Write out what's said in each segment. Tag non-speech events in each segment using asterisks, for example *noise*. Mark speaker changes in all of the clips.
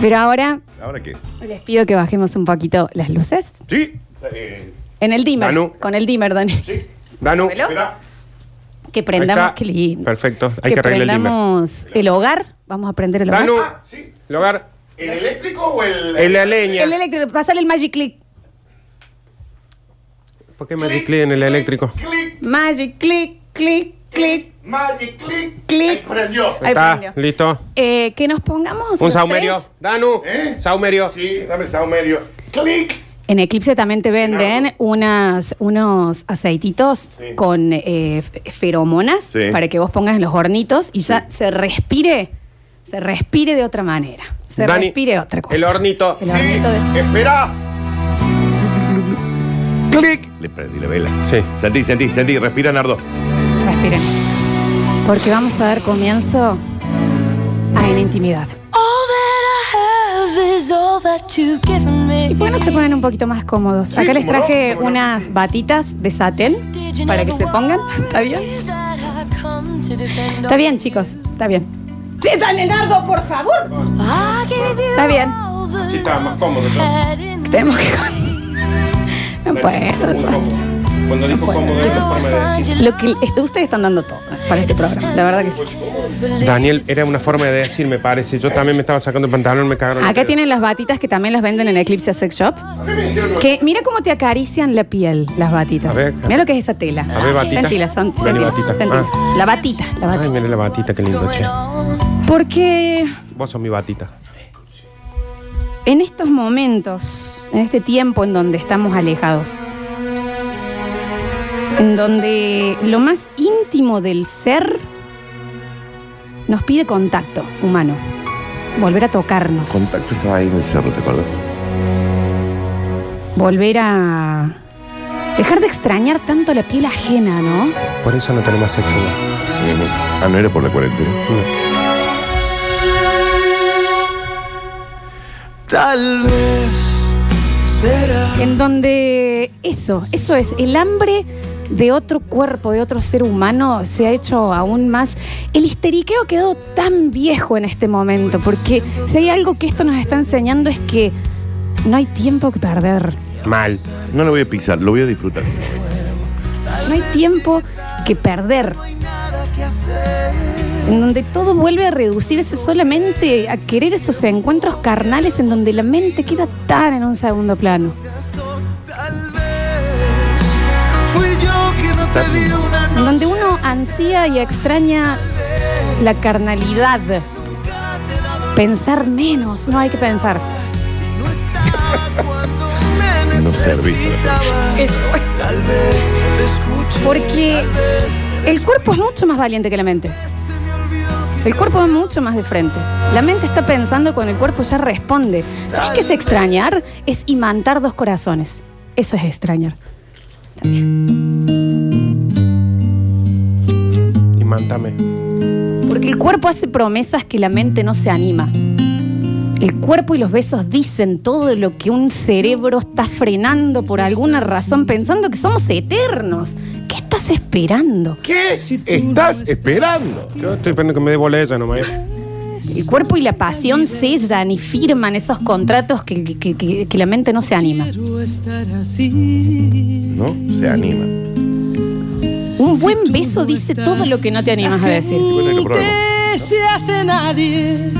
Speaker 1: Pero ahora
Speaker 2: ¿Ahora qué?
Speaker 1: les pido que bajemos un poquito las luces.
Speaker 2: Sí. Eh,
Speaker 1: En el dimmer.
Speaker 2: Manu.
Speaker 1: Con el dimmer, Dani.
Speaker 2: sí. Danu.
Speaker 1: ¿Velo?
Speaker 2: mirá.
Speaker 1: Que
Speaker 3: Ahí
Speaker 1: prendamos,
Speaker 3: está.
Speaker 1: qué lindo.
Speaker 3: Perfecto, hay que arreglar el dimmer.
Speaker 1: prendamos el, hogar. Vamos a prender el hogar.
Speaker 3: Danu.
Speaker 2: Ah, sí.
Speaker 3: El hogar,
Speaker 2: ¿El eléctrico o el.?
Speaker 3: en la leña.
Speaker 1: El eléctrico, pasale el Magic Click.
Speaker 3: ¿Por qué me decliné en el eléctrico?
Speaker 2: Clic,
Speaker 1: Magic Click, click, clic.
Speaker 2: magic, clic.
Speaker 1: Clic.
Speaker 2: Ahí Prendió.
Speaker 1: Ahí
Speaker 3: Está,
Speaker 1: prendió.
Speaker 3: listo.
Speaker 1: Eh, que nos pongamos
Speaker 3: Un
Speaker 1: los
Speaker 3: saumerio.
Speaker 1: tres.
Speaker 3: Danu,
Speaker 2: ¿Eh?
Speaker 3: saumerio.
Speaker 2: Sí, dame el saumerio. Clic.
Speaker 1: En Eclipse también te venden
Speaker 2: Claro.
Speaker 1: unas, unos aceititos
Speaker 2: Sí.
Speaker 1: con eh, f- feromonas
Speaker 2: Sí.
Speaker 1: para que vos pongas en los hornitos y ya se respire, se respire de otra manera. Se
Speaker 3: Dani,
Speaker 1: respire otra cosa.
Speaker 3: el hornito.
Speaker 1: El hornito de-
Speaker 2: Espera. Clic. Le prendí la vela.
Speaker 3: Sí.
Speaker 2: Sentí, sentí, sentí. Respira, Nardo.
Speaker 1: Respiren. Porque vamos a dar comienzo a En Intimidad.
Speaker 4: All that I have is all that you've given me.
Speaker 1: ¿Y por qué no se ponen un poquito más cómodos?
Speaker 2: Sí,
Speaker 1: Acá les
Speaker 2: cómo no,
Speaker 1: traje
Speaker 2: cómo no.
Speaker 1: unas batitas de satén
Speaker 4: Did you
Speaker 1: para que se
Speaker 4: never
Speaker 1: pongan.
Speaker 4: worry
Speaker 1: ¿Está bien?
Speaker 4: that I've come to depend
Speaker 1: Está
Speaker 4: on
Speaker 1: bien,
Speaker 4: you?
Speaker 1: chicos. Está bien. ¡Che, Leonardo, por favor!
Speaker 4: I gave you
Speaker 1: Está bien.
Speaker 4: all that
Speaker 3: Sí, estaba más cómodo.
Speaker 4: I had in
Speaker 1: Tenemos que...
Speaker 4: me.
Speaker 1: No puedo.
Speaker 3: Muy cómodo. Cuando dijo
Speaker 1: puedo.
Speaker 3: cómodo, es la forma de decir.
Speaker 1: Lo que est- ustedes están dando todo para este programa, la verdad que sí.
Speaker 3: Daniel, era una forma de decir, me parece. Yo también me estaba sacando el pantalón, me cagaron.
Speaker 1: Acá
Speaker 3: tiene
Speaker 1: tienen las batitas que también las venden en Eclipse Sex Shop. Que mira cómo te acarician la piel las batitas.
Speaker 3: A ver, acá.
Speaker 1: Mira lo que es esa tela.
Speaker 3: A ver, batita.
Speaker 1: Sentila, son,
Speaker 3: Vení,
Speaker 1: sentila,
Speaker 3: batita.
Speaker 1: sentila.
Speaker 3: Ah.
Speaker 1: La batita, la
Speaker 3: Ay,
Speaker 1: batita.
Speaker 3: mira la batita, qué lindo, che.
Speaker 1: Porque
Speaker 3: Vos sos mi batita.
Speaker 1: en estos momentos, en este tiempo en donde estamos alejados, en donde lo más íntimo del ser nos pide contacto humano, volver a tocarnos.
Speaker 2: Contacto estaba ahí en el cerro, ¿te acuerdas?
Speaker 1: volver a dejar de extrañar tanto la piel ajena, ¿no?
Speaker 3: Por eso no tenemos sexo. ¿no?
Speaker 2: Ah, no era por la cuarentena.
Speaker 5: Tal vez será.
Speaker 1: En donde eso, eso es, el hambre de otro cuerpo, de otro ser humano, se ha hecho aún más. El histeriqueo ha quedado tan viejo en este momento, porque si hay algo que esto nos está enseñando es que no hay tiempo que perder,
Speaker 3: Mal.
Speaker 2: No lo voy a pisar, lo voy a disfrutar.
Speaker 1: no hay tiempo que perder. En donde todo vuelve a reducirse solamente a querer esos encuentros carnales en donde la mente queda tan en un segundo plano.
Speaker 5: Tal vez fui yo que no te di una
Speaker 1: En
Speaker 5: noche.
Speaker 1: donde uno ansía y extraña la carnalidad. Pensar menos, no hay que pensar.
Speaker 5: Y no está cuando
Speaker 1: *laughs*
Speaker 5: me
Speaker 2: No serví.
Speaker 5: necesitabas.
Speaker 1: Es-
Speaker 5: Tal vez no te escuché.
Speaker 1: Eh. Porque-
Speaker 5: Tal vez
Speaker 1: El cuerpo es mucho más valiente que la mente.
Speaker 5: se me olvidó que
Speaker 1: El cuerpo es mucho más de frente. La mente está pensando cuando el cuerpo ya responde. ¿Sabes qué es extrañar? Es imantar dos corazones. Eso es extrañar.
Speaker 3: Y mántame.
Speaker 1: Porque el cuerpo hace promesas que la mente no se anima. El cuerpo y los besos dicen todo lo que un cerebro está frenando por alguna razón pensando que somos eternos. ¿Qué estás esperando?
Speaker 2: ¿Qué estás esperando?
Speaker 3: Yo estoy esperando que me dé bola ella nomás.
Speaker 1: El cuerpo y la pasión sellan y firman esos contratos que, que- que- que la mente no se anima.
Speaker 6: Quiero estar así.
Speaker 2: No, se anima.
Speaker 1: Un buen beso dice todo lo que no te animas a decir.
Speaker 2: bueno, hay que probarlo,
Speaker 6: Te se hace nadie.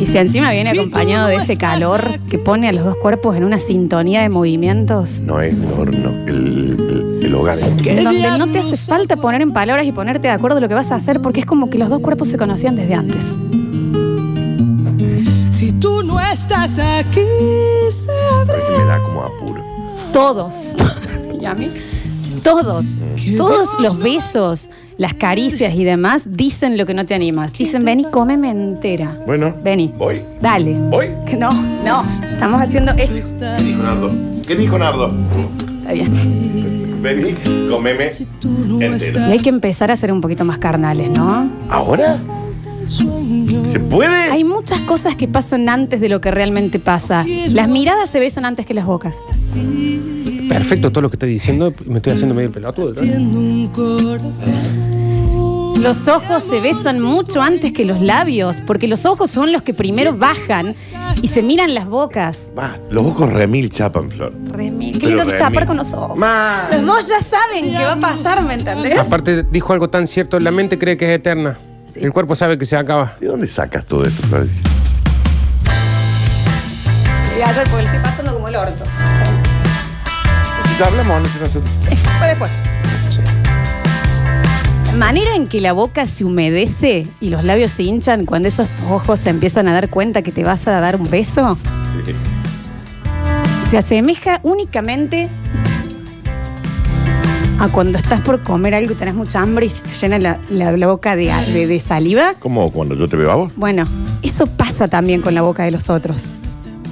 Speaker 1: Y si encima viene acompañado de ese calor que pone a los dos cuerpos en una sintonía de movimientos.
Speaker 2: No es el horno, el, el- el hogar.
Speaker 1: En donde no te hace falta poner en palabras y ponerte de acuerdo de lo que vas a hacer porque es como que los dos cuerpos se conocían desde antes.
Speaker 6: Si tú no estás aquí, sabré
Speaker 2: Parece que me da como apuro.
Speaker 1: Todos. *laughs* ¿Y a mí? Todos. Todos los besos, las caricias y demás dicen lo que no te animas. Dicen, vení, cómeme entera.
Speaker 2: Bueno,
Speaker 1: Vení.
Speaker 2: voy.
Speaker 1: Dale.
Speaker 2: Voy.
Speaker 1: Que No, no. Estamos haciendo eso.
Speaker 2: ¿Qué dijo Nardo? ¿Qué dijo Nardo?
Speaker 1: Está bien.
Speaker 2: Vení, comeme.
Speaker 6: si tú no
Speaker 2: Entero.
Speaker 1: Y hay
Speaker 6: estás.
Speaker 1: que empezar a ser un poquito más carnales, ¿no?
Speaker 2: ¿Ahora? ¿Se puede?
Speaker 1: Hay muchas cosas que pasan antes de lo que realmente pasa. Las miradas se besan antes que las bocas.
Speaker 3: Perfecto todo lo que estoy diciendo. Me estoy haciendo medio pelotudo. ¿no?
Speaker 6: Tiendo un corazón.
Speaker 1: Los ojos se besan mucho antes que los labios, porque los ojos son los que primero bajan y se miran las bocas.
Speaker 2: Va, los ojos remil chapan, Flor.
Speaker 1: Remil, qué
Speaker 2: Pero
Speaker 1: lindo que
Speaker 2: remil.
Speaker 1: chapar con los ojos.
Speaker 2: Ma.
Speaker 1: Los dos ya saben qué va a pasar, ¿me entendés?
Speaker 3: Aparte, dijo algo tan cierto, la mente cree que es eterna. El cuerpo sabe que se acaba.
Speaker 2: ¿De dónde sacas todo esto, Flor?
Speaker 1: Y ayer, porque lo estoy pasando como el orto.
Speaker 2: Ya hablamos anoche nosotros.
Speaker 1: Fue después. La manera en que la boca se humedece y los labios se hinchan cuando esos ojos se empiezan a dar cuenta que te vas a dar un beso,
Speaker 2: Sí.
Speaker 1: se asemeja únicamente a cuando estás por comer algo y tenés mucha hambre y se te llena la, la- la boca de, de- de saliva.
Speaker 2: ¿Cómo cuando yo te veo a vos?
Speaker 1: Bueno, eso pasa también con la boca de los otros.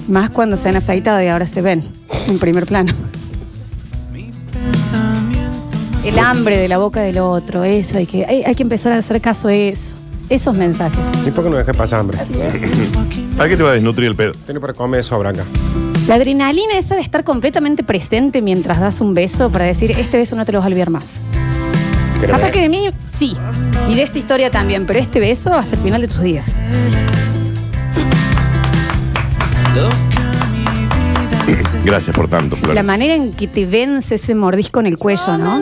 Speaker 1: Más cuando se han afeitado y ahora se ven en primer plano. El hambre de la boca del otro, eso, hay que, hay, hay que empezar a hacer caso a eso. Esos mensajes.
Speaker 3: ¿Y por qué no dejes pasar hambre?
Speaker 2: ¿Para qué te va a desnutrir
Speaker 1: *laughs*
Speaker 2: el pedo?
Speaker 3: Tiene para comer eso, acá.
Speaker 1: La adrenalina esa de estar completamente presente mientras das un beso para decir, este beso no te lo vas a olvidar más.
Speaker 3: Pero
Speaker 1: Capaz
Speaker 3: eh,
Speaker 1: que de mí, sí. Y de esta historia también, pero este beso hasta el final de tus días.
Speaker 2: Gracias por tanto, Flor.
Speaker 1: La manera en que te vence ese mordisco en el cuello, ¿no?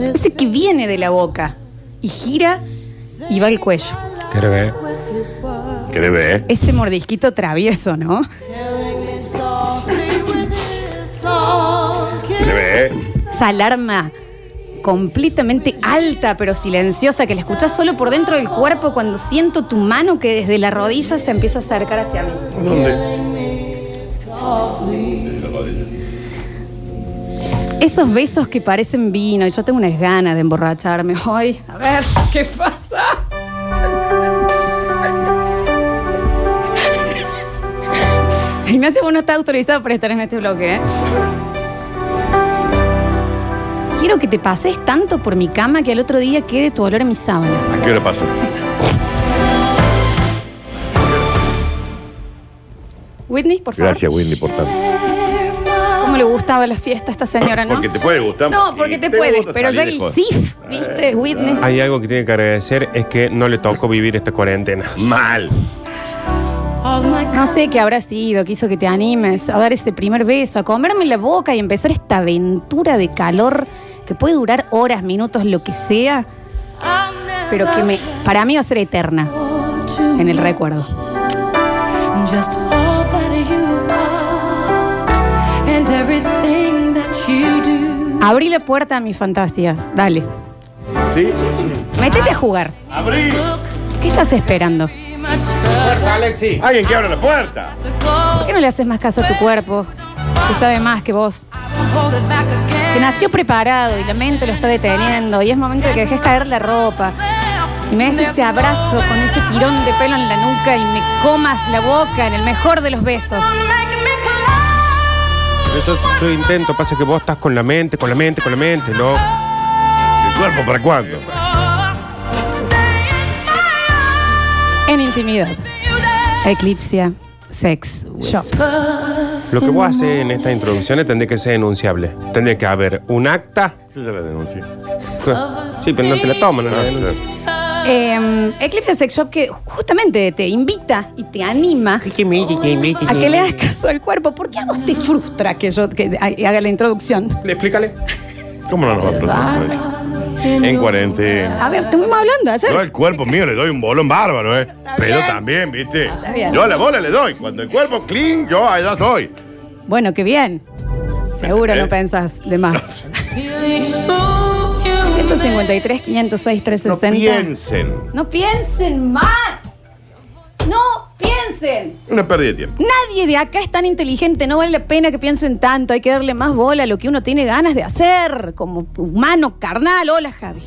Speaker 1: Ese que viene de la boca y gira y va al cuello.
Speaker 3: quiero ver.
Speaker 2: ¿Querés ver?
Speaker 1: Ese mordisquito travieso, ¿no?
Speaker 2: ¿Querés ver?
Speaker 1: Esa alarma completamente alta pero silenciosa que la escuchás solo por dentro del cuerpo cuando siento tu mano que desde la rodilla se empieza a acercar hacia mí.
Speaker 2: ¿Dónde?
Speaker 1: Esos besos que parecen vino y yo tengo unas ganas de emborracharme hoy. A ver, ¿qué pasa? Ignacio, vos no estás autorizado para estar en este bloque, ¿eh? Quiero que te pases tanto por mi cama que al otro día quede tu olor en mi sábana.
Speaker 2: ¿A qué hora pasó?
Speaker 1: Whitney, por favor.
Speaker 2: Gracias, Wendy, por tanto.
Speaker 1: ¿Cómo le gustaba la fiesta a esta señora, no?
Speaker 2: *laughs* Porque te puede gustar.
Speaker 1: No, porque te puede, pero ya el SIF, ¿viste?
Speaker 2: Eh,
Speaker 1: Whitney.
Speaker 3: Hay algo que tiene que agradecer, es que no le tocó vivir esta cuarentena.
Speaker 2: Mal.
Speaker 1: No sé qué habrá sido, que hizo que te animes a dar ese primer beso, a comerme la boca y empezar esta aventura de calor que puede durar horas, minutos, lo que sea, pero que me, para mí va a ser eterna en el recuerdo.
Speaker 4: Just all that you are and everything that you do.
Speaker 1: Abrí la puerta a mis fantasías, dale.
Speaker 2: ¿Sí?
Speaker 1: Métete a jugar.
Speaker 2: ¡Abrí!
Speaker 1: ¿Qué estás esperando?
Speaker 4: Be much further
Speaker 3: Alexi.
Speaker 2: ¡Alguien que abra la puerta!
Speaker 4: to go.
Speaker 1: ¿Por qué no le haces más caso a tu cuerpo? Que sabe más que vos.
Speaker 4: Hold it back again.
Speaker 1: Que nació preparado y la mente lo está deteniendo y es momento de que dejes caer la ropa. Y me des ese abrazo con ese tirón de pelo en la nuca y me comas la boca en el mejor de los besos.
Speaker 4: Make me collide.
Speaker 3: Eso es tu intento, pasa que vos estás con la mente, con la mente, con la mente, loco.
Speaker 2: ¿El cuerpo para cuándo?
Speaker 4: Stay in my
Speaker 1: En intimidad. Eclipsia. Sex. Shop.
Speaker 3: Lo que vos haces en estas introducciones tendría que ser denunciable. Tendría que haber un acta.
Speaker 2: Yo ya la denuncié.
Speaker 3: Sí, pero no te la toman, no la
Speaker 2: Ah,
Speaker 3: denuncian.
Speaker 2: claro.
Speaker 1: Eh, Eclipsia Sex Shop que justamente te invita y te anima a que le hagas caso al cuerpo. ¿Por qué a vos te frustra que yo que ha- haga la introducción?
Speaker 3: Explícale.
Speaker 2: ¿Cómo no nos va a preguntar? En cuarentena.
Speaker 1: A ver, estuvimos hablando
Speaker 2: Yo
Speaker 1: ayer.
Speaker 2: al cuerpo mío le doy un bolón bárbaro, ¿eh? Pero
Speaker 1: bien.
Speaker 2: también, ¿viste?
Speaker 1: bien.
Speaker 2: Yo a la bola le doy. Cuando el cuerpo clean, yo allá soy.
Speaker 1: Bueno, qué bien. Seguro
Speaker 2: ¿Eh?
Speaker 1: no pensás de más.
Speaker 2: *laughs*
Speaker 4: feelings move you.
Speaker 1: 153, 506, 360.
Speaker 2: No piensen.
Speaker 1: No piensen más. No piensen.
Speaker 2: Una pérdida de tiempo.
Speaker 1: Nadie de acá es tan inteligente. No vale la pena que piensen tanto. Hay que darle más bola a lo que uno tiene ganas de hacer como humano carnal. Hola, Javi.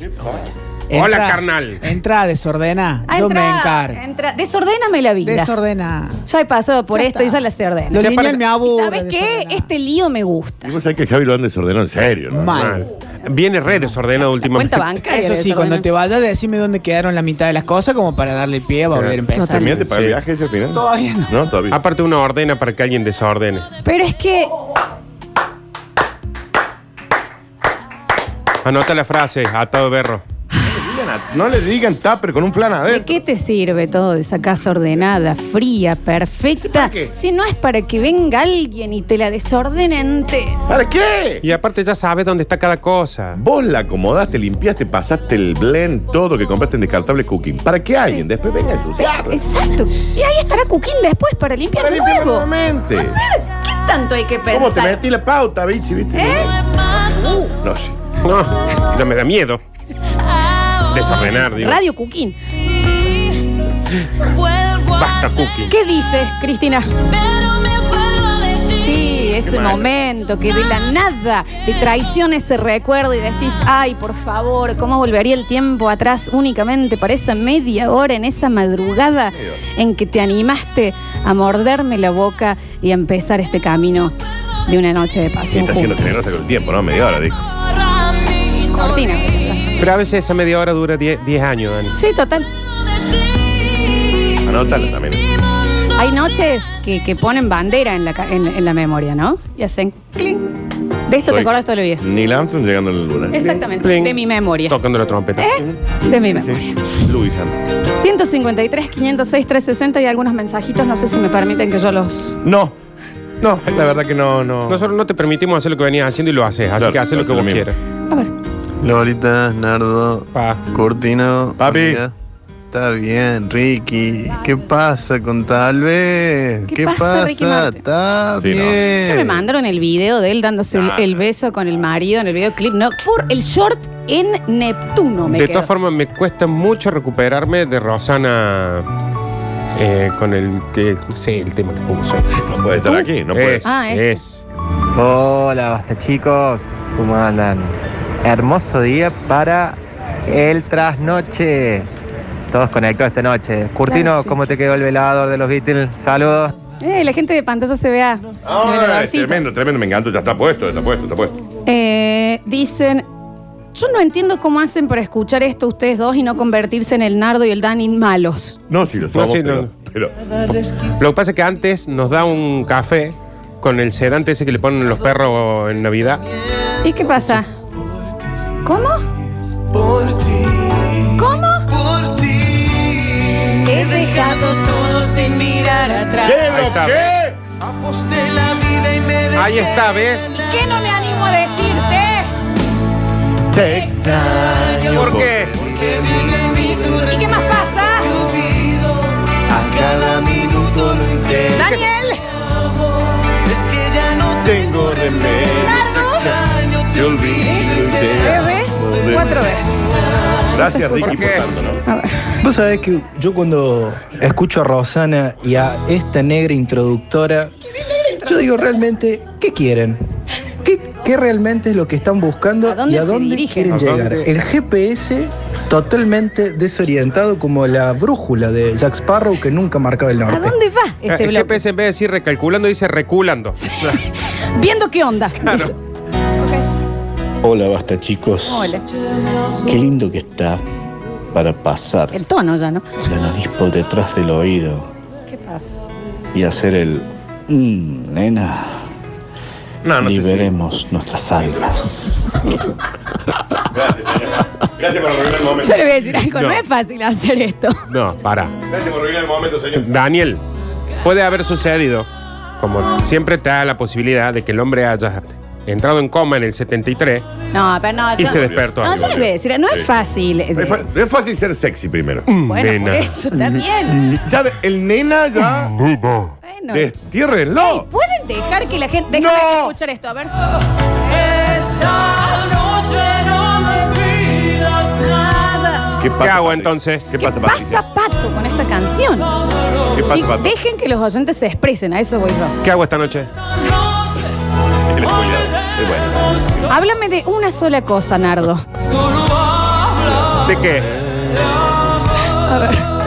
Speaker 3: Hola, carnal.
Speaker 7: Entra, desordena.
Speaker 1: Ah,
Speaker 7: Yo
Speaker 1: entra,
Speaker 7: me encargo.
Speaker 1: entra. Desordéname la vida.
Speaker 7: Desordena.
Speaker 1: ya he pasado por
Speaker 7: Ya
Speaker 1: esto y
Speaker 7: está.
Speaker 1: ya la sé ordenar.
Speaker 7: Los
Speaker 3: Sí,
Speaker 7: niños
Speaker 3: aparte-
Speaker 7: me
Speaker 1: ¿Y
Speaker 7: aburren.
Speaker 1: ¿Sabes qué?
Speaker 7: desordenar.
Speaker 1: Este lío me gusta.
Speaker 2: Y vos sabés que Javi lo han desordenado en serio, ¿no?
Speaker 7: Mal.
Speaker 3: Viene re desordenado
Speaker 1: La cuenta
Speaker 3: últimamente.
Speaker 1: bancaria.
Speaker 7: Eso sí,
Speaker 1: desordena.
Speaker 7: cuando te vayas, decime dónde quedaron la mitad de las cosas como para darle pie a volver a empezar.
Speaker 2: ¿Terminaste para el
Speaker 3: Sí.
Speaker 2: viaje ese al final?
Speaker 7: Todavía no.
Speaker 2: No, todavía.
Speaker 3: Aparte una ordena para que alguien desordene.
Speaker 1: Pero es que
Speaker 3: Anota la frase, atado berro.
Speaker 2: Digan a- no le digan tupper con un flan
Speaker 1: ¿De
Speaker 2: adentro.
Speaker 1: qué te sirve todo de esa casa ordenada, fría, perfecta?
Speaker 2: ¿Para qué?
Speaker 1: Si no es para que venga alguien y te la desordene entera.
Speaker 2: ¿Para qué?
Speaker 3: Y aparte ya sabes dónde está cada cosa.
Speaker 2: Vos la acomodaste, limpiaste, pasaste el blend, todo que compraste en descartable cooking. Para que alguien después venga a ensuciarla.
Speaker 1: Exacto. Y ahí estará Cuquín después para limpiar
Speaker 2: Para
Speaker 1: de
Speaker 2: limpiarla
Speaker 1: nuevo.
Speaker 2: nuevamente.
Speaker 1: ¿Qué tanto hay que
Speaker 2: ¿Cómo te
Speaker 1: pensar? ¿Eh?
Speaker 2: metí la pauta, bichi? ¿Viste? No sé.
Speaker 3: No, no me da miedo. Desordenar, digo.
Speaker 1: Radio Cuquín.
Speaker 3: Basta cooking.
Speaker 1: ¿Qué dices, Cristina? Sí, ese
Speaker 2: mal.
Speaker 1: momento que de la nada te traiciona ese recuerdo y decís, ay, por favor, ¿cómo volvería el tiempo atrás únicamente para esa media hora en esa madrugada en que te animaste a morderme la boca y a empezar este camino de una noche de
Speaker 2: Sí,
Speaker 1: pasión?
Speaker 2: está siendo
Speaker 1: juntos?
Speaker 2: generosa con el tiempo, ¿no? Media hora, dijo.
Speaker 1: Cortina.
Speaker 3: Pero a veces esa media hora dura 10 10 años, Dani.
Speaker 1: Sí, total.
Speaker 2: Anótala también.
Speaker 1: Hay noches que, que ponen bandera en la, ca- en, en la memoria, ¿no? Y hacen cling. De esto te
Speaker 2: Estoy-
Speaker 1: acordás todo el vida.
Speaker 2: Neil Armstrong llegando a la luna.
Speaker 1: Exactamente.
Speaker 3: Pling.
Speaker 1: De mi memoria.
Speaker 3: Tocando la trompeta.
Speaker 1: ¿Eh? De mi
Speaker 2: Sí,
Speaker 1: memoria.
Speaker 2: Louis Armstrong.
Speaker 1: 153, 506, 360 y algunos mensajitos. No sé si me permiten que yo los.
Speaker 2: No, no, la verdad que no, no.
Speaker 3: Nosotros no te permitimos hacer lo que venías haciendo y lo haces, así
Speaker 2: Claro,
Speaker 3: que haces lo que
Speaker 2: lo
Speaker 3: vos
Speaker 2: mismo.
Speaker 3: quieras.
Speaker 1: A ver.
Speaker 8: Lolita, Nardo,
Speaker 3: Pa.
Speaker 8: Cortino.
Speaker 2: Papi.
Speaker 8: Mira, Está bien, Ricky. ¿Qué pasa con tal vez?
Speaker 1: ¿Qué pasa, Ricky Martin?
Speaker 8: Está
Speaker 2: Sí, ¿no?
Speaker 8: bien.
Speaker 1: Ya me mandaron el video de él dándose el, el beso con el marido en el videoclip. No, por el short en Neptuno me
Speaker 3: de
Speaker 1: quedo.
Speaker 3: todas formas, me cuesta mucho recuperarme de Rosana eh, con el que. Sí, el tema que puso.
Speaker 2: No puede estar aquí, no puede.
Speaker 3: Es,
Speaker 1: Ah, ese.
Speaker 3: es.
Speaker 9: Hola, basta chicos, ¿cómo andan? Hermoso día para el trasnoche. Todos conectados esta noche. Curtino,
Speaker 1: Claro, sí.
Speaker 9: ¿cómo te quedó el velador de los Beatles? Saludos.
Speaker 1: Eh, la gente de pantalla se vea.
Speaker 2: Ay, Ah, tremendo, tremendo, me encanta, ya está puesto, está puesto, está puesto.
Speaker 1: Eh, dicen, yo no entiendo cómo hacen para escuchar esto ustedes dos y no convertirse en el Nardo y el Dani malos.
Speaker 2: No, sí, lo
Speaker 3: No,
Speaker 2: somos,
Speaker 3: sí,
Speaker 2: pero,
Speaker 3: no.
Speaker 2: pero-
Speaker 3: Lo que pasa es que antes nos da un café con el sedante ese que le ponen los perros en Navidad.
Speaker 1: ¿Y qué pasa? ¿Cómo?
Speaker 5: Por ti,
Speaker 1: ¿Cómo?
Speaker 5: por ti.
Speaker 1: He dejado todo sin mirar atrás.
Speaker 2: ¿Qué lo
Speaker 3: está.
Speaker 2: qué?
Speaker 5: Aposté la vida y me dejé.
Speaker 3: Ahí está, ¿ves?
Speaker 1: ¿Qué no me animo a decirte?
Speaker 2: Te extraño. ¿Por qué?
Speaker 1: Este
Speaker 5: Que vive en mí tu
Speaker 1: ¿Y qué más pasa?
Speaker 5: recorrido. A cada minuto lo intento.
Speaker 1: Daniel,
Speaker 5: Es que ya no te
Speaker 2: Tengo remedio.
Speaker 1: Nardo,
Speaker 5: extraño, te olvido y te
Speaker 1: ¿Tres B? ¿Cuatro B?
Speaker 2: Gracias, Ricky, por
Speaker 3: qué?
Speaker 2: tanto, ¿no?
Speaker 10: Vos sabés que yo cuando escucho a Rosana y a esta negra introductora, yo digo realmente, ¿qué quieren? ¿Qué, qué realmente es lo que están buscando
Speaker 1: ¿A dónde
Speaker 10: y a
Speaker 1: se
Speaker 10: dónde
Speaker 1: dirigen?
Speaker 10: quieren
Speaker 3: ¿A dónde?
Speaker 10: llegar? El GPS totalmente desorientado como la brújula de Jack Sparrow que nunca marcaba el
Speaker 1: ¿A
Speaker 10: norte.
Speaker 1: dónde va
Speaker 3: Eh,
Speaker 1: este
Speaker 3: el
Speaker 1: bloque?
Speaker 3: GPS en vez de decir recalculando, dice reculando.
Speaker 1: Viendo qué onda. Dice-
Speaker 11: Hola, basta chicos.
Speaker 1: Hola.
Speaker 11: Qué lindo que está para pasar
Speaker 1: El tono ya, ¿no?
Speaker 11: la nariz por detrás del oído
Speaker 1: ¿Qué pasa?
Speaker 11: y hacer el. "Mm, nena,
Speaker 2: Ah, No, no sé si-
Speaker 11: liberemos nuestras almas.
Speaker 2: Gracias, señor. Gracias por arruinar el momento.
Speaker 1: Yo le voy a decir algo, no,
Speaker 3: No.
Speaker 1: es fácil hacer esto.
Speaker 3: No, para.
Speaker 2: Gracias por arruinar el momento, señor.
Speaker 3: Daniel, puede haber sucedido, como siempre te da la posibilidad de que el hombre haya entrado en coma en el 73
Speaker 1: No, pero no.
Speaker 3: y
Speaker 1: yo-
Speaker 3: se despertó.
Speaker 1: No, yo les voy a decir, no es
Speaker 2: Sí.
Speaker 1: fácil. eh,
Speaker 2: Es, fa- es fácil ser sexy primero.
Speaker 1: Bueno, por
Speaker 3: Nena.
Speaker 1: eso también.
Speaker 2: Ya de- el nena ya.
Speaker 1: Bueno. Ey,
Speaker 2: Destiérrenlo.
Speaker 1: ¿Pueden dejar que la gente. Déjame
Speaker 2: No.
Speaker 1: escuchar esto, a ver.
Speaker 2: ¿Qué
Speaker 3: ¿Qué hago
Speaker 2: Patrick?
Speaker 3: entonces?
Speaker 2: ¿Qué
Speaker 1: ¿Qué
Speaker 2: pasa,
Speaker 1: pasa,
Speaker 2: Patricia?
Speaker 1: Pato, con esta canción?
Speaker 2: ¿Qué
Speaker 1: Chicos,
Speaker 2: pasa, Patrick?
Speaker 1: dejen que los oyentes se expresen, a eso voy yo.
Speaker 3: ¿Qué hago esta noche?
Speaker 2: El spoiler. Es bueno.
Speaker 1: Háblame de una sola cosa, Nardo.
Speaker 3: ¿De qué?
Speaker 1: Ah,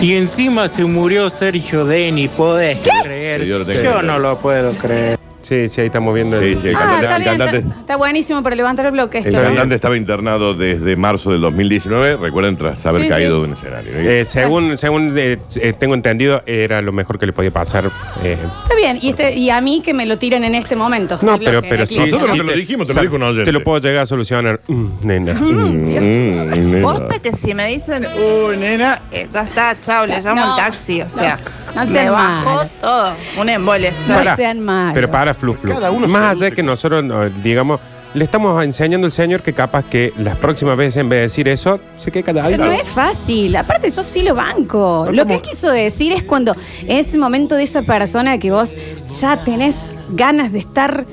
Speaker 10: Y encima se murió Sergio Denny, podés creer.
Speaker 2: Sí, yo lo tengo Yo que creer. no
Speaker 10: lo puedo creer.
Speaker 3: Sí, sí, ahí estamos viendo
Speaker 2: Sí, sí, el
Speaker 1: Ah,
Speaker 2: cantante-
Speaker 1: está
Speaker 2: el
Speaker 1: bien,
Speaker 2: cantante-
Speaker 1: está, está buenísimo para levantar el bloque esto, ¿eh?
Speaker 2: El
Speaker 1: ¿no?
Speaker 2: cantante estaba internado desde marzo del 2019, recuerden tras haber
Speaker 1: Sí,
Speaker 2: caído
Speaker 1: sí.
Speaker 2: de un escenario.
Speaker 3: Eh, según según eh, eh, tengo entendido, era lo mejor que le podía pasar. eh.
Speaker 1: Está bien, y, este, y a mí que me lo tiren en este momento.
Speaker 3: No,
Speaker 1: el
Speaker 3: pero,
Speaker 1: bloque,
Speaker 3: pero
Speaker 1: el
Speaker 3: sí.
Speaker 1: clip.
Speaker 2: Nosotros no
Speaker 3: sí
Speaker 2: te lo dijimos, te lo
Speaker 3: sab-
Speaker 2: dijo un oyente.
Speaker 3: Te lo puedo llegar a solucionar. Mm, nena.
Speaker 2: Mm, nena.
Speaker 12: Posta que si me dicen, uh, nena, eh, ya está, chao, le llamo
Speaker 1: No,
Speaker 12: al taxi. O sea,
Speaker 1: no sean
Speaker 12: me bajó
Speaker 1: malos.
Speaker 12: todo. Un embole.
Speaker 1: No
Speaker 3: Pará,
Speaker 1: sean malos.
Speaker 3: Pero para Flu Flu.
Speaker 1: Cada uno
Speaker 3: Más allá que nosotros, no, digamos, le estamos enseñando al señor que capaz que las próximas veces, en vez de decir eso, se quede calladito.
Speaker 1: Pero no es fácil. Aparte, yo sí lo banco. Lo que él quiso decir es cuando en ese momento de esa persona que vos ya tenés ganas de estar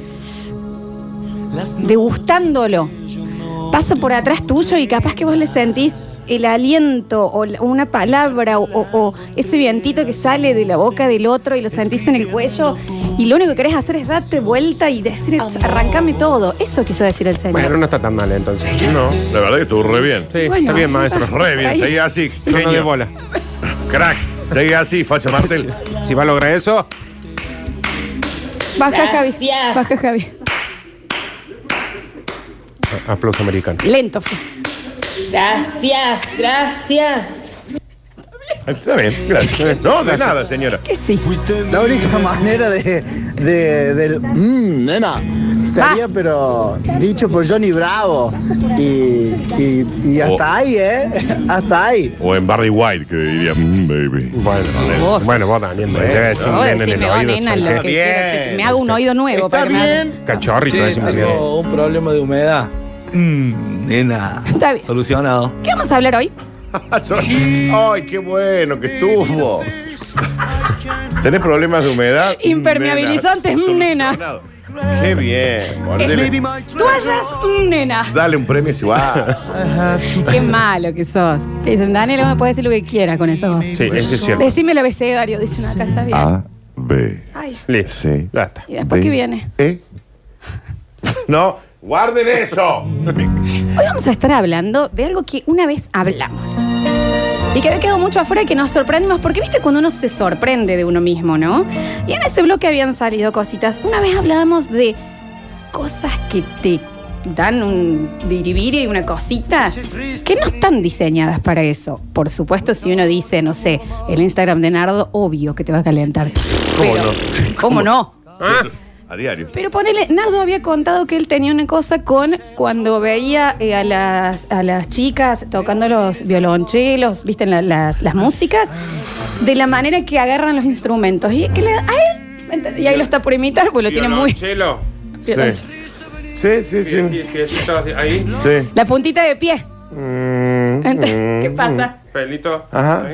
Speaker 1: degustándolo, pasa por atrás tuyo y capaz que vos le sentís el aliento o la- una palabra o, o- o ese vientito que sale de la boca del otro y lo sentís en el cuello y lo único que querés hacer es darte vuelta y decir, arrancame todo. Eso quiso decir el señor.
Speaker 3: Bueno, no está tan mal entonces.
Speaker 2: No, la verdad que estuvo re bien.
Speaker 3: Sí, está bien, maestro.
Speaker 2: Re bien, seguí así.
Speaker 3: No, no de
Speaker 2: genio.
Speaker 3: bola.
Speaker 2: Crack, seguí así, Facha Martel.
Speaker 3: Si va a lograr eso,
Speaker 1: Baja Javi. Baja Javi.
Speaker 3: a- aplauso americano.
Speaker 1: Lento fue.
Speaker 13: Gracias, gracias.
Speaker 2: Está bien, gracias. No, de nada, señora.
Speaker 1: Que sí.
Speaker 14: La única *laughs* manera de, de- del mmm, nena sería pero dicho por Johnny Bravo. Y, y, y hasta
Speaker 2: Oh.
Speaker 14: ahí, ¿eh? *laughs* Hasta ahí.
Speaker 2: O en Barry White, que diría, "Mm, baby.
Speaker 3: Bueno,
Speaker 1: vos.
Speaker 3: bueno, vos también. Me
Speaker 2: Bueno.
Speaker 3: llega a decir
Speaker 1: No,
Speaker 3: nena en el
Speaker 1: decime, va,
Speaker 3: oído,
Speaker 1: nena,
Speaker 3: che.
Speaker 1: lo que quiero, que me haga un oído nuevo. para que me haga-
Speaker 3: Cachorrito, decimos.
Speaker 15: tengo un problema de humedad. Mm, nena.
Speaker 1: Está bien.
Speaker 15: Solucionado.
Speaker 1: ¿Qué vamos a hablar hoy?
Speaker 2: Ay, qué bueno que estuvo. ¿Tenés problemas de humedad?
Speaker 1: Impermeabilizantes, mm, nena.
Speaker 2: Nena, Qué bien. Mordele.
Speaker 1: Toallas, mm, nena.
Speaker 2: Dale un premio si va.
Speaker 1: Qué malo que sos. Que dicen, Daniel, vos me puedes decir lo que quieras con esa voz.
Speaker 2: Sí, eso es cierto. Ah,
Speaker 1: Decime el abecedario, dicen acá, está bien.
Speaker 2: A, B,
Speaker 1: Ay,
Speaker 2: C.
Speaker 1: ¿y después
Speaker 2: D,
Speaker 1: qué viene?
Speaker 2: E. No, guarden eso.
Speaker 1: Hoy vamos a estar hablando de algo que una vez hablamos. Y que había quedado mucho afuera y que nos sorprendimos, porque viste cuando uno se sorprende de uno mismo, ¿no? Y en ese bloque habían salido cositas. Una vez hablábamos de cosas que te dan un biribiri y una cosita que no están diseñadas para eso. Por supuesto, si uno dice, no sé, el Instagram de Nardo, obvio que te va a calentar.
Speaker 2: ¿Cómo
Speaker 1: Pero,
Speaker 2: no?
Speaker 1: ¿Cómo no?
Speaker 2: Ah. A diario.
Speaker 1: Pero ponele, Nardo había contado que él tenía una cosa con cuando veía eh, a, las, a las chicas tocando los violonchelos, viste, la- las, las músicas, de la manera que agarran los instrumentos. Y, que le, a él, ¿me entendés? y ahí lo está por imitar, porque lo tiene muy...
Speaker 3: Chelo.
Speaker 1: *laughs* Violonchelo.
Speaker 2: Sí, sí, sí.
Speaker 3: Ahí.
Speaker 2: Sí.
Speaker 1: La puntita de pie. *laughs* Ente- ¿Qué pasa?
Speaker 3: Pelito.
Speaker 2: Ajá.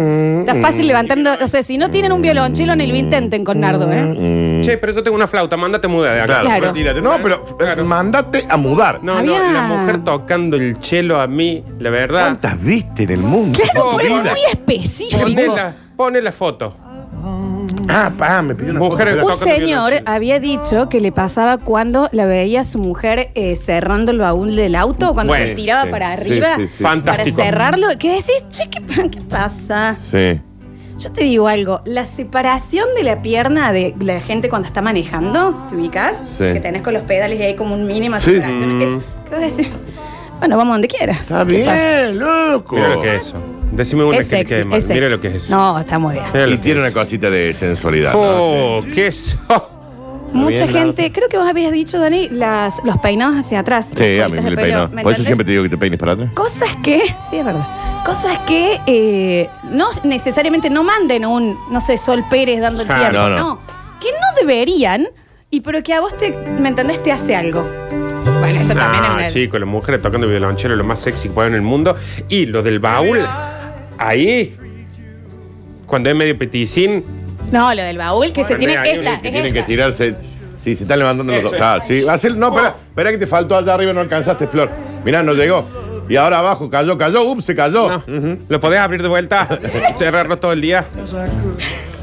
Speaker 1: Está fácil levantando, o sea, si no tienen un violonchelo, ni lo intenten con Nardo,
Speaker 2: Mm.
Speaker 1: ¿eh?
Speaker 3: Che, pero yo tengo una flauta, mándate a mudar de acá.
Speaker 2: Claro,
Speaker 1: Claro.
Speaker 2: retírate. No, pero eh, mandate a mudar.
Speaker 3: No, no,
Speaker 1: Había-
Speaker 3: la mujer tocando el chelo a mí, la verdad.
Speaker 2: ¿Cuántas viste en el mundo?
Speaker 1: Claro,
Speaker 2: Tu
Speaker 1: pero es
Speaker 2: vida.
Speaker 1: muy
Speaker 3: Poné
Speaker 1: específico.
Speaker 3: la, poné la foto.
Speaker 2: Ah, pa, me pidió una
Speaker 3: Mujeres
Speaker 2: foto.
Speaker 1: Un
Speaker 3: tocando
Speaker 1: señor eh, había dicho que le pasaba cuando la veía a su mujer eh, cerrando el baúl del auto, cuando
Speaker 3: Bueno,
Speaker 1: se estiraba
Speaker 3: sí.
Speaker 1: para
Speaker 3: Sí,
Speaker 1: arriba
Speaker 3: sí, sí. Fantástico.
Speaker 1: para cerrarlo. ¿Qué decís? Che, ¿qué, pa- qué pasa?
Speaker 2: Sí.
Speaker 1: Yo te digo algo. La separación de la pierna de la gente cuando está manejando, ¿te ubicas?
Speaker 2: Sí.
Speaker 1: Que tenés con los pedales y hay como un mínima
Speaker 2: Sí.
Speaker 1: separación. Es, ¿Qué vos decís? Bueno, vamos donde quieras.
Speaker 2: Está
Speaker 1: ¿Qué pasa?
Speaker 2: bien, loco.
Speaker 3: Mira lo que es eso. Decime una
Speaker 1: Es
Speaker 3: que le
Speaker 1: sexy,
Speaker 3: quede mal.
Speaker 1: es sexy.
Speaker 3: Mira lo que es eso.
Speaker 1: No, está muy bien.
Speaker 2: Y tiene una cosita de sensualidad. ¿no?
Speaker 3: Oh, ¿qué es?
Speaker 1: Mucha
Speaker 2: bien,
Speaker 1: gente, creo que vos habías dicho, Dani, las, los peinados hacia atrás.
Speaker 2: Sí,
Speaker 1: las
Speaker 2: a mí
Speaker 1: bolitas
Speaker 2: me
Speaker 1: de
Speaker 2: el
Speaker 1: pelo, ¿me
Speaker 2: peinado. Por eso
Speaker 1: entendés?
Speaker 2: siempre te digo que te peines para atrás.
Speaker 1: Cosas que, sí es verdad, cosas que eh, no necesariamente no manden un, no sé, Sol Pérez dando el
Speaker 2: Ah,
Speaker 1: tiempo,
Speaker 2: no,
Speaker 1: no,
Speaker 2: no.
Speaker 1: Que no deberían, y pero que a vos te, ¿me entendés? Te hace algo. Bueno, eso también es
Speaker 3: Ah,
Speaker 1: una-
Speaker 3: chico, las mujeres tocando violonchelo es lo más sexy que puede haber en el mundo. Y lo del baúl, ahí, cuando es medio peticín,
Speaker 1: No, lo del baúl, que se
Speaker 3: Bueno,
Speaker 1: tiene
Speaker 3: mira, hay
Speaker 1: esta,
Speaker 3: uno
Speaker 2: Que
Speaker 1: es
Speaker 2: tienen que
Speaker 1: esta.
Speaker 2: tirarse. Sí, se están levantando los
Speaker 3: Eso es.
Speaker 2: costados. Sí, hacer- no, espera, espera que te faltó allá arriba, no alcanzaste, Flor. Mirá, no llegó. Y ahora abajo, cayó, cayó, ups, se cayó. Ujú.
Speaker 3: ¿lo podés abrir
Speaker 1: *laughs*
Speaker 3: de vuelta? ¿Cerrarlo todo el día?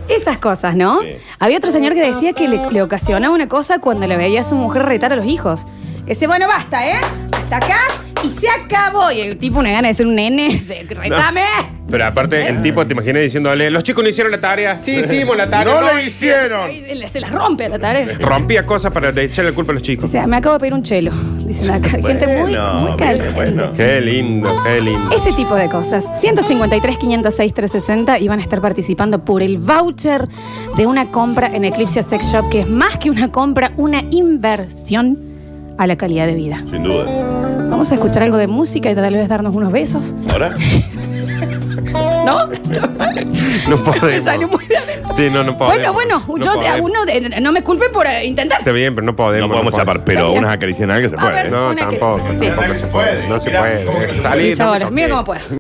Speaker 1: Esas cosas, ¿no? Había otro señor que decía que le, le ocasionaba una cosa cuando le veía a su mujer retar a los hijos. Ese, bueno, basta, ¿eh? Hasta acá y se acabó. Y el tipo, una gana de ser un nene, de, retame.
Speaker 3: Pero aparte, el tipo te imaginé diciéndole, los chicos no hicieron la tarea. Sí, hicimos la tarea.
Speaker 2: No lo hicieron.
Speaker 1: Ahí Se las rompe a la
Speaker 3: *laughs*
Speaker 1: tarea.
Speaker 3: Rompía cosas para echarle la culpa a los
Speaker 1: O
Speaker 3: chicos.
Speaker 1: sea, me acabo de pedir un chelo. Dicen acá. Gente muy, muy caliente.
Speaker 3: Qué lindo, qué lindo.
Speaker 1: Ese tipo de cosas. 153, 506, 360 y van a estar participando por el voucher de una compra en Eclipse Sex Shop, que es más que una compra, una inversión a la calidad de vida.
Speaker 2: Sin duda.
Speaker 1: Vamos a escuchar algo de música y tal vez darnos unos besos.
Speaker 2: ¿Ahora?
Speaker 1: ¿No? *laughs*
Speaker 3: No podemos.
Speaker 1: salió muy de adentro.
Speaker 3: Sí, no, no podemos.
Speaker 1: Bueno, bueno,
Speaker 3: No
Speaker 1: yo de-
Speaker 3: podemos.
Speaker 1: uno de- no me culpen por eh, intentar.
Speaker 3: Está bien, pero no podemos.
Speaker 2: No podemos chapar, pero unas acaricias en algo se
Speaker 1: A ver,
Speaker 2: puede. ¿eh?
Speaker 1: una
Speaker 3: No,
Speaker 1: que-
Speaker 3: tampoco,
Speaker 1: sí.
Speaker 3: tampoco se puede. No se puede.
Speaker 1: Mira
Speaker 3: Salí,
Speaker 1: cómo puedo.